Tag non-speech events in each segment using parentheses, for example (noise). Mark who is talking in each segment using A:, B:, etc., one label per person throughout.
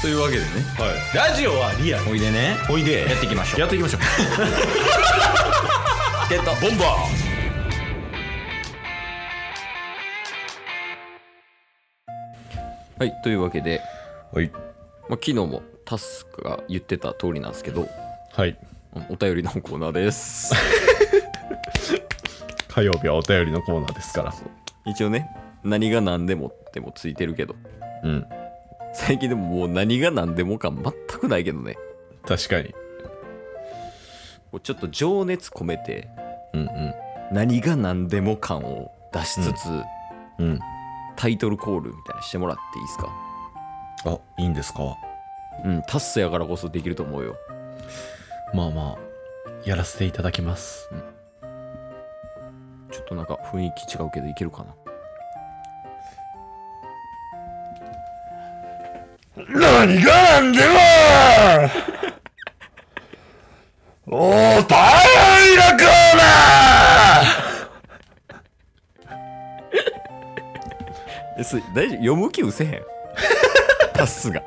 A: というわけでね
B: はい、ラジオはリアル
A: おいでね
B: おいで
A: やっていきましょう
B: やって
A: (laughs)
B: いきましょう
A: ってた
B: ボンバ
A: はいというわけで、
B: ーはい
A: まあ、昨日もタスクが言ってた通りなんですけど
B: はい
A: うんお便りのコーナーです (laughs)
B: 火曜日はお便りのコーナーですから
A: 一応ね何が何でもってもついてるけど
B: うん
A: 最近でももう何が何でも感全くないけどね
B: 確かに
A: こうちょっと情熱込めて
B: うんうん
A: 何が何でも感を出しつつ、
B: うん
A: タイトルコールみたいなしてもらっていいですか
B: あいいんですか
A: うんタスやからこそできると思うよ
B: まあまあやらせていただきます
A: ちょっとなんか雰囲気違うけどいけるかな
B: 何がなんで (laughs) もお便りのコーナ
A: えそれ大丈夫読む気うせへ (laughs) んタスが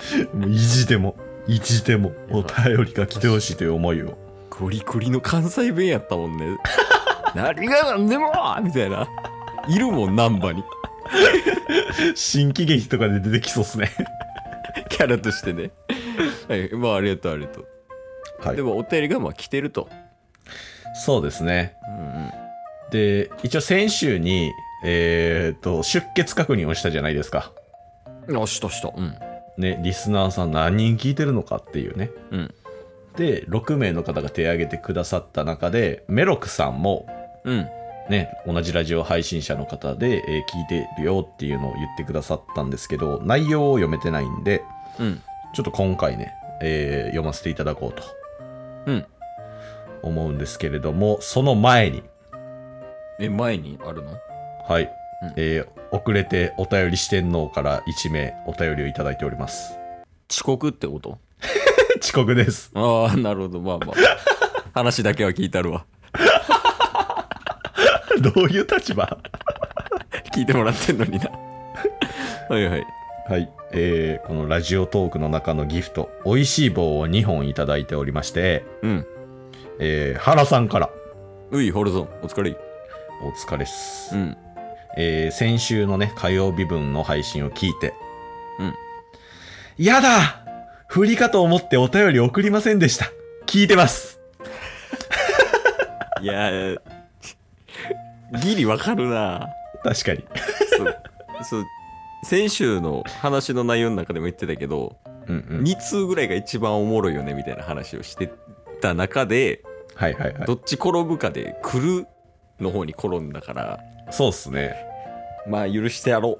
B: ーもう意地でも意地でもお便りが来てほしいという思い (laughs) を
A: ゴリゴリの関西弁やったもん (laughs) ね何が何でもみたいないるもん難波に
B: 新喜劇とかで出てきそうっすね
A: キャラとしてねはいまあありがとうありがとう、
B: は
A: でもお便りがまあ来てると、
B: そうですね
A: うんうん、
B: で一応先週にえっと出欠確認をしたじゃないですか
A: よしとしたうん
B: ねリスナーさん何人聞いてるのかっていうね
A: うん
B: で6名の方が手挙げてくださった中でメロクさんも
A: うん
B: ね、同じラジオ配信者の方で、えー聞いてるよっていうのを言ってくださったんですけど、内容を読めてないんで、
A: うん
B: ちょっと今回ね、えー読ませていただこうと
A: うん
B: 思うんですけれども、その前に、
A: え前にあるの
B: はい、
A: うん
B: えー遅れてお便り四天王から1名お便りをいただいております。 (laughs)
A: 遅刻ってこと
B: 遅刻です。 (laughs)
A: ああなるほどまあ (laughs) まあ話だけは聞いたるわ
B: どういう立場 (laughs)
A: 聞いてもらってんのにな (laughs) はいはい
B: はい、えーこのラジオトークの中のギフト、美味しい棒を2本いただいておりまして、
A: うん
B: えー原さんから、
A: ういホルゾンお疲れ
B: お疲れっす。
A: うん
B: えー先週のね、火曜日分の配信を聞いて。
A: うん。
B: やだ振りかと思ってお便り送りませんでした。聞いてます。
A: いやーギリわかるな
B: 確かに。
A: そうそう先週の話の内容の中でも言ってたけど、
B: うんうん。
A: 2通ぐらいが一番おもろいよねみたいな話をしてた中で、
B: (laughs) はいはいはい
A: ど。っち転ぶかで「来る」の方に転んだから
B: そうっすね。
A: まあ許してやろ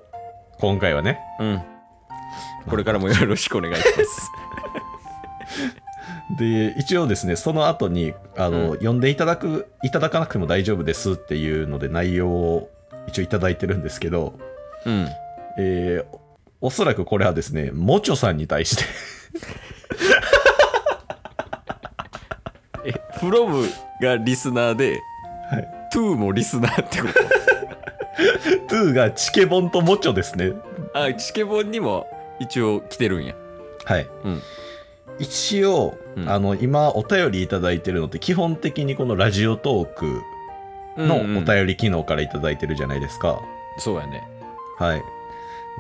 B: 今回はね。
A: ううんこれからもよろしくお願いします
B: で、一応ですね、その後に、あの、
A: う
B: 呼んでいただく、いただかなくても大丈夫ですっていうので内容を一応いただいてるんですけど、
A: うん
B: えーおそらくこれはですね、もちょさんに対して、 (laughs)
A: えフロムがリスナーで
B: はい。
A: トゥーもリスナーってこと
B: トゥーがチケボンともちょですね。
A: あチケボンにも一応来てるんや
B: はい。
A: うん
B: 一応、
A: うん
B: あの今お便りいただいてるのって基本的にこのラジオトークの
A: うんう
B: お
A: ん
B: 便り機能からいただいてるじゃないですか、
A: そうやね
B: はい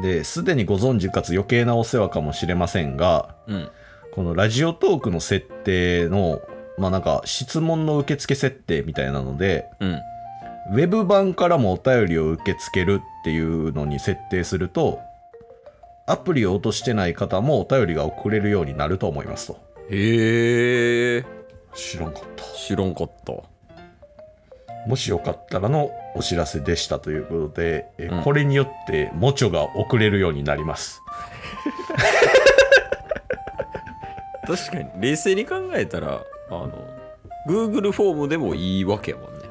B: ですでにご存知かつ余計なお世話かもしれませんが
A: うん
B: このラジオトークの設定のまあなんか質問の受付設定みたいなので
A: うん
B: ウェブ版からもお便りを受け付けるっていうのに設定するとアプリを落としてない方もお便りが送れるようになると思いますと
A: へえ
B: 知らんかった
A: 知らんかった
B: もしよかったらのお知らせでしたということで、えー
A: うん
B: これによってモチョが送れるようになります。
A: 確かに冷静に考えたらあの Google フォームでもいいわけやもんね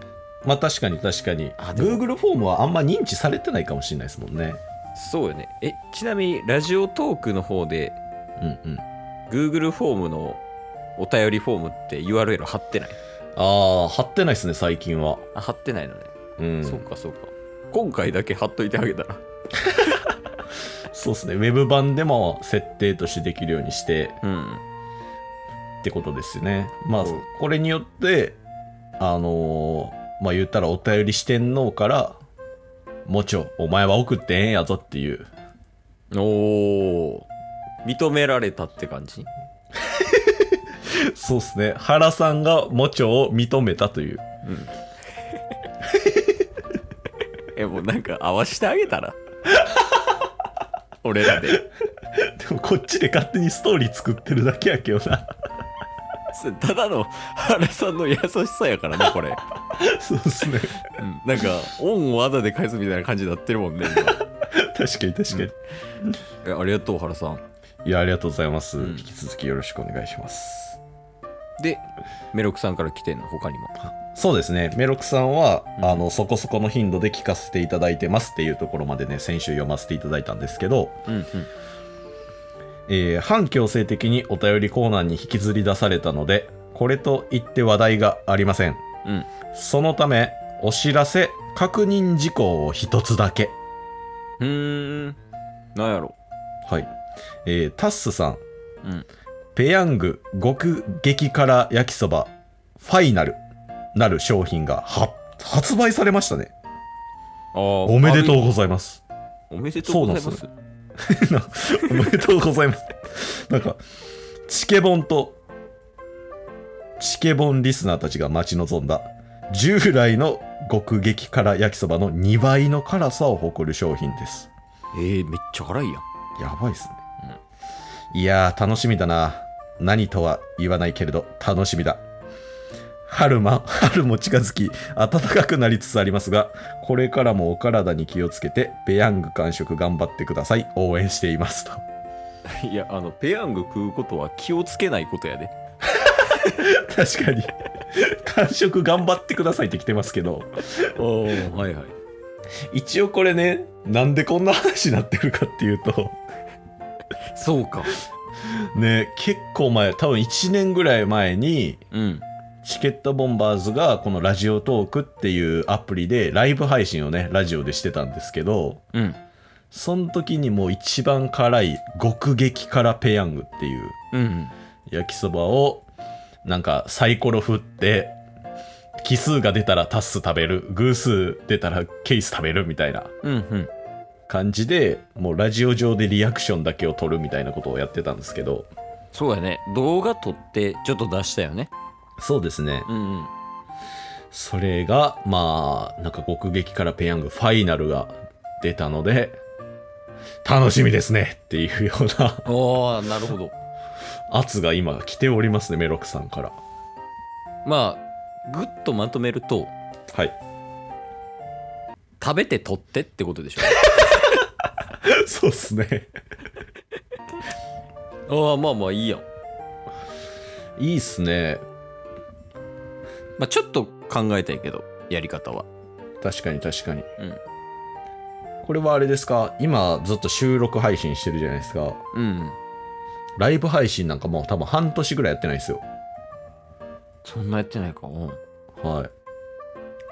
B: まあ確かに確かに
A: あでも
B: Google フォームはあんま認知されてないかもしれないですもんね。
A: そうよねえちなみにラジオトークの方で
B: うんうん。
A: Google フォームのお便りフォームって URL 貼ってない
B: ああ貼ってないですね最近は。
A: あ貼ってないのね、
B: うん。
A: そうかそうか今回だけ貼っといてあげたら
B: そうですね。ウェブ版でも設定としてできるようにして
A: うん。
B: ってことですね。まあ
A: うん、
B: これによって、あのーまあ言ったらお便り四天王から、もちょ、お前は送ってええんやぞっていう。
A: おお。認められたって感じ
B: そうですね。原さんがもちょを認めたという。
A: (laughs) え、もうなんか合わしてあげたら俺らで。
B: でもこっちで勝手にストーリー作ってるだけやけどな。
A: それただの原さんの優しさやからな、これ。
B: そうですね。
A: うん、なんか、恩をあだで返すみたいな感じになってるもんね、今
B: 確かに確かに。
A: えありがとう原さん
B: いや、ありがとうございます。
A: ん
B: 引き続きよろしくお願いします。
A: でメロクさんから来てんの他にも
B: そうですね。メロクさんは、
A: うん
B: あの、そこそこの頻度で聞かせていただいてますっていうところまでね、先週読ませていただいたんですけど、
A: うんうん
B: えー反強制的にお便りコーナーに引きずり出されたので、これと言って話題がありません。
A: うん
B: そのため、お知らせ、確認事項を一つだけ。
A: うーんなんやろ
B: はい。えータッスさん、
A: うん
B: ペヤング極激辛焼きそばファイナルなる商品がは発売されましたね。
A: あ
B: おめでとう
A: う
B: ございます。
A: おめでとうございま
B: そ
A: す
B: な (laughs) おめでとうございます。なんか、チケボンと、チケボンリスナーたちが待ち望んだ、従来の極激辛焼きそばの2倍の辛さを誇る商品です。
A: えー、めっちゃ辛いやん
B: やばいっすね。いやー、楽しみだな。何とは言わないけれど、楽しみだ。春ま、春も (laughs) 近づき、暖かくなりつつありますが、これからもお体に気をつけて、ペヤング完食頑張ってください。応援していますと。
A: (laughs) いやあのペヤング食うことは気をつけないことやで
B: 確かに。完食頑張ってくださいって来てますけど、
A: おおはいはい
B: 一応これね、なんでこんな話になってるかっていうと、
A: そうか
B: ね、結構前、多分1年ぐらい前に、
A: うん
B: チケットボンバーズがこのラジオトークっていうアプリでライブ配信をね、ラジオでしてたんですけど、
A: うん
B: その時にもう一番辛い極激辛ペヤングっていう
A: うん
B: 焼きそばをなんかサイコロ振って、奇数が出たらタッス食べる、偶数出たらケース食べるみたいな
A: うんうん
B: 感じで、もうラジオ上でリアクションだけを取るみたいなことをやってたんですけど、
A: そうやね動画撮ってちょっと出したよね
B: そうですね。
A: うんうん
B: それが、まあ、なんか極撃からペヤングファイナルが出たので、楽しみですねっていうような
A: ああなるほ (laughs) ど
B: 圧が今来ておりますね、メロクさんから。
A: まあぐっとまとめると
B: はい。 (laughs)
A: 食べて撮ってってことでしょ
B: そうっすね。
A: (laughs) ああまあまあいいやん、
B: いいっすね。
A: まあ、ちょっと考えたいけどやり方は
B: 確かに確かに。
A: うん
B: これはあれですか今ずっと収録配信してるじゃないですか。
A: うん
B: ライブ配信なんかもう多分半年ぐらいやってないんですよ。
A: そんなやってないかうん
B: はい。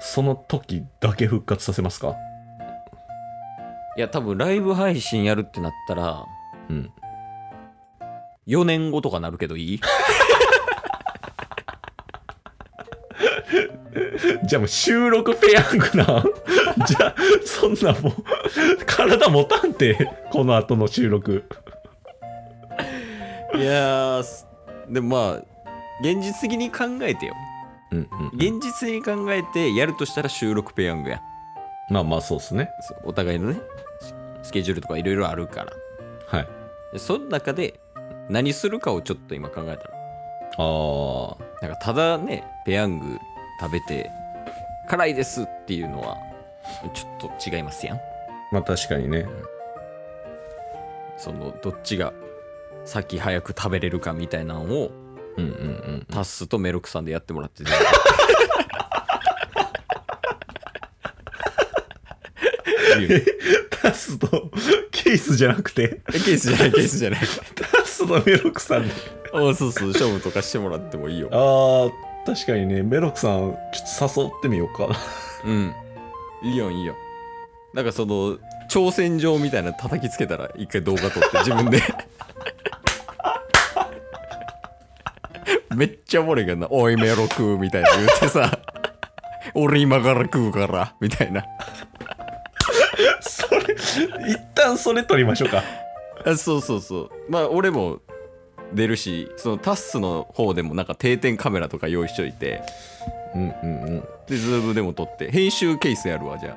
B: その時だけ復活させますか
A: いや多分ライブ配信やるってなったら
B: うん。 (laughs)
A: 4年後とかなるけどいい
B: じゃあもう収録ペヤングなん (laughs) じゃあそんなもう体持たんてこの後の収録
A: (laughs) いやーでもまあ現実的に考えてよ
B: うんうん
A: 現実に考えてやるとしたら収録ペヤングや
B: まあまあそうっすね
A: そうお互いのねススケジュールとかいろいろあるから
B: はい
A: でその中で何するかをちょっと今考えたら
B: あー
A: なんかただねペヤング食べて辛いですっていうのはちょっと違いますやん
B: まあ確かにね
A: そのどっちが先早く食べれるかみたいなのを
B: うんうんうん
A: タッスとメロクさんでやってもらってていいよ
B: タスとケースじゃなくて
A: (laughs) えケースじゃないケースじゃない
B: タスとメロクさんで
A: あそうそう勝負とかしてもらってもいいよ
B: あー確かにねメロクさ (laughs) んちょっと誘ってみようかな
A: うんいいよいいよなんかその挑戦状みたいなの叩きつけたら一回動画撮って自分でめっちゃおもろいけどな「おいメロ食う」みたいな言ってさ「俺今から食うから」みたいな
B: それ一旦それ取りましょうか
A: あそうそうそうまあ俺も出るしそのタッスの方でもなんか定点カメラとか用意しといて
B: うんうんうん
A: でズームでも撮って編集ケースやるわじゃ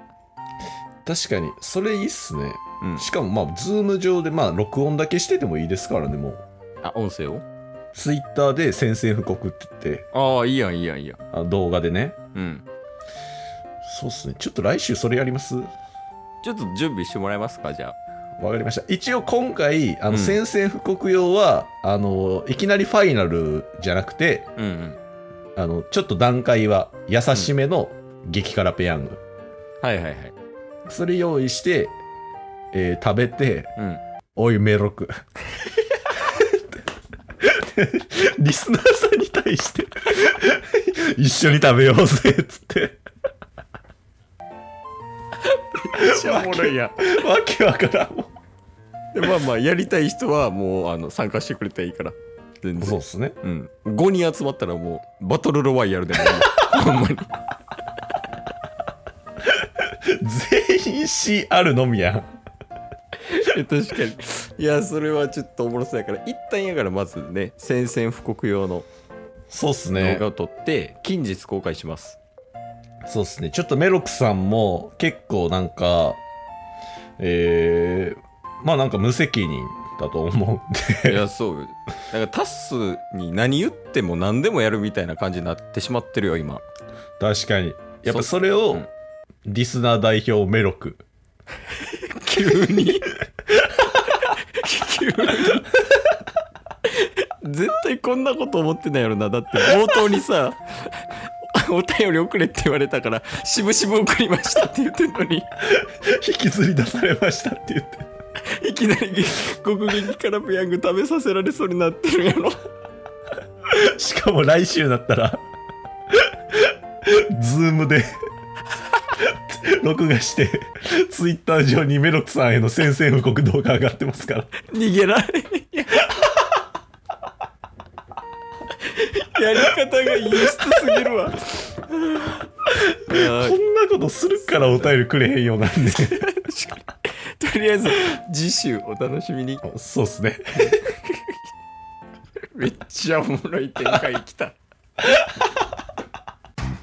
B: 確かにそれいいっすね
A: あうん
B: しかもまあズーム上でまあ録音だけしててもいいですからねもう
A: あ音声を
B: ツイッターで宣戦布告って言って
A: ああいいやんいいやんいいやん
B: あ動画でね
A: うん
B: そうっすねちょっと来週それやりますわ
A: ちょっと準備してもらえますかじゃあ
B: かりました一応今回あ
A: うん
B: の宣戦布告用は、あのいきなりファイナルじゃなくて
A: うんうん
B: あのちょっと段階は優しめの激辛ペヤング、
A: はいはいはい
B: それ用意して、えー食べて
A: うん
B: おいメロクリスナーさんに対して一緒に食べようぜっつって
A: ちゃおもろいや
B: わけわからんも
A: でまあまあやりたい人はもうあの参加してくれていいから全
B: んそう
A: 然
B: っすね
A: うん5人集まったらもうバトルロワイヤルでもいいよほ (laughs) んまに
B: 全員 C あるのみやん
A: いや確かにいやそれはちょっとおもろそうやから一旦やからまずね宣戦布告用の
B: そうっす
A: 動
B: ね
A: 画を撮って近日公開します
B: そうっすねちょっとメロクさんも結構なんかえー、まあなんか無責任だと思うんで
A: いやそうよなんかタスに何言っても何でもやるみたいな感じになってしまってるよ今
B: 確かにやっぱそれ
A: う
B: を
A: ん
B: リスナー代表メロク
A: 急に急に絶対こんなこと思ってないやろなだって冒頭にさ「お便り送れ」って言われたから「しぶしぶ送りました」って言ってんのに
B: 引きずり出されましたって言って
A: いきなり極撃からペヤング食べさせられそうになってるやろ
B: しかも来週だったら、ズームで、録画して、ツイッター上にメロクさんへの宣戦布告動画上がってますから。
A: 逃げられんやり方が優質すぎるわいや
B: こんなことするからお便りくれへんようなんで。
A: 確かにとりあえず次週お楽しみに
B: そうっすね。
A: めっちゃおもろい展開きた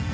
C: す